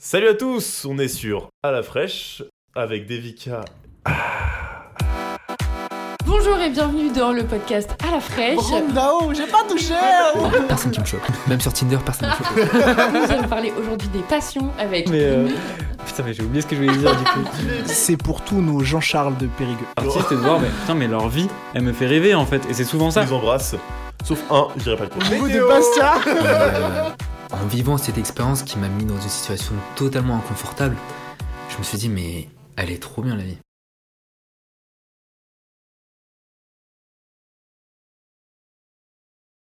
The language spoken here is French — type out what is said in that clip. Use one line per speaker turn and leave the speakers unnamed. Salut à tous, on est sur À la fraîche avec Devika.
Bonjour et bienvenue dans le podcast à la fraîche.
Brandao, j'ai pas touché
Personne qui me chope. Même sur Tinder, personne qui me chope.
Nous allons parler aujourd'hui des passions avec
Mais euh, putain, mais j'ai oublié ce que je voulais dire du coup.
C'est pour tous nos Jean-Charles de Périgueux.
Artiste et de voir, mais putain, mais leur vie, elle me fait rêver en fait, et c'est souvent
Je
ça.
vous embrasse. Sauf un, je dirai pas le coup.
Vous de Bastia
Euh, en vivant cette expérience qui m'a mis dans une situation totalement inconfortable, je me suis dit, mais elle est trop bien la vie.